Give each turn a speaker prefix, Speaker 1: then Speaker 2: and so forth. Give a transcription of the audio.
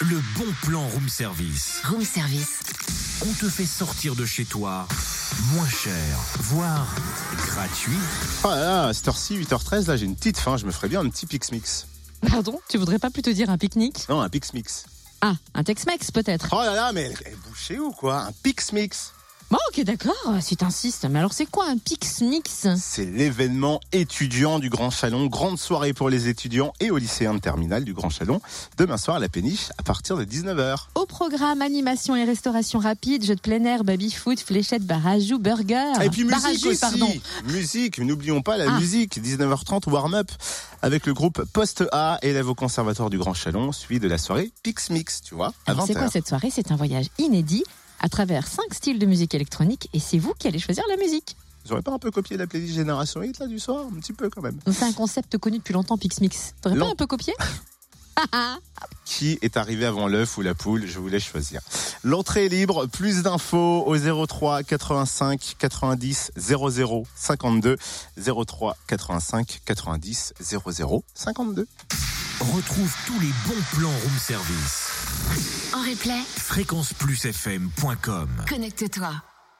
Speaker 1: Le bon plan room service.
Speaker 2: Room service.
Speaker 1: On te fait sortir de chez toi moins cher, voire gratuit.
Speaker 3: Ah là là, à cette heure-ci, 8h13, là j'ai une petite faim, je me ferais bien un petit Pix Mix.
Speaker 4: Pardon, tu voudrais pas plutôt dire un pique-nique
Speaker 3: Non, un Pix Mix.
Speaker 4: Ah, un Tex-Mex peut-être.
Speaker 3: Oh là là, mais elle est bouchée ou quoi Un Pix Mix
Speaker 4: Bon, ok, d'accord, si t'insistes. Mais alors c'est quoi un pique-mix
Speaker 3: C'est l'événement étudiant du Grand Chalon, grande soirée pour les étudiants et aux lycéens de terminale du Grand Chalon, demain soir à la péniche à partir de 19h.
Speaker 4: Au programme animation et restauration rapide, jeux de plein air, baby-foot, fléchettes, barajou, burger.
Speaker 3: Et puis musique
Speaker 4: Barajou,
Speaker 3: aussi
Speaker 4: Ah, pardon.
Speaker 3: Musique, n'oublions pas la
Speaker 4: Ah.
Speaker 3: musique, 19h30 warm-up avec le groupe Poste A, élève au conservatoire du Grand Chalon, suivi de la soirée Pix Mix, tu vois, à
Speaker 4: Alors, Ah, c'est
Speaker 3: 20h.
Speaker 4: quoi cette soirée C'est un voyage inédit à travers cinq styles de musique électronique et c'est vous qui allez choisir la musique.
Speaker 3: Vous aurez pas un peu copié la playlist Génération 8 là du soir Un petit peu quand même.
Speaker 4: Donc, C'est un concept connu depuis longtemps, Pixmix. T'aurais pas
Speaker 3: Non.
Speaker 4: un peu copié
Speaker 3: qui est arrivé avant l'œuf ou la poule, je vous laisse choisir. L'entrée est libre, plus d'infos au 03 85 90 00 52 03 85 90 00 52.
Speaker 1: Retrouve tous les bons plans room service.
Speaker 2: En replay,
Speaker 1: fréquenceplusfm.com
Speaker 2: connecte-toi.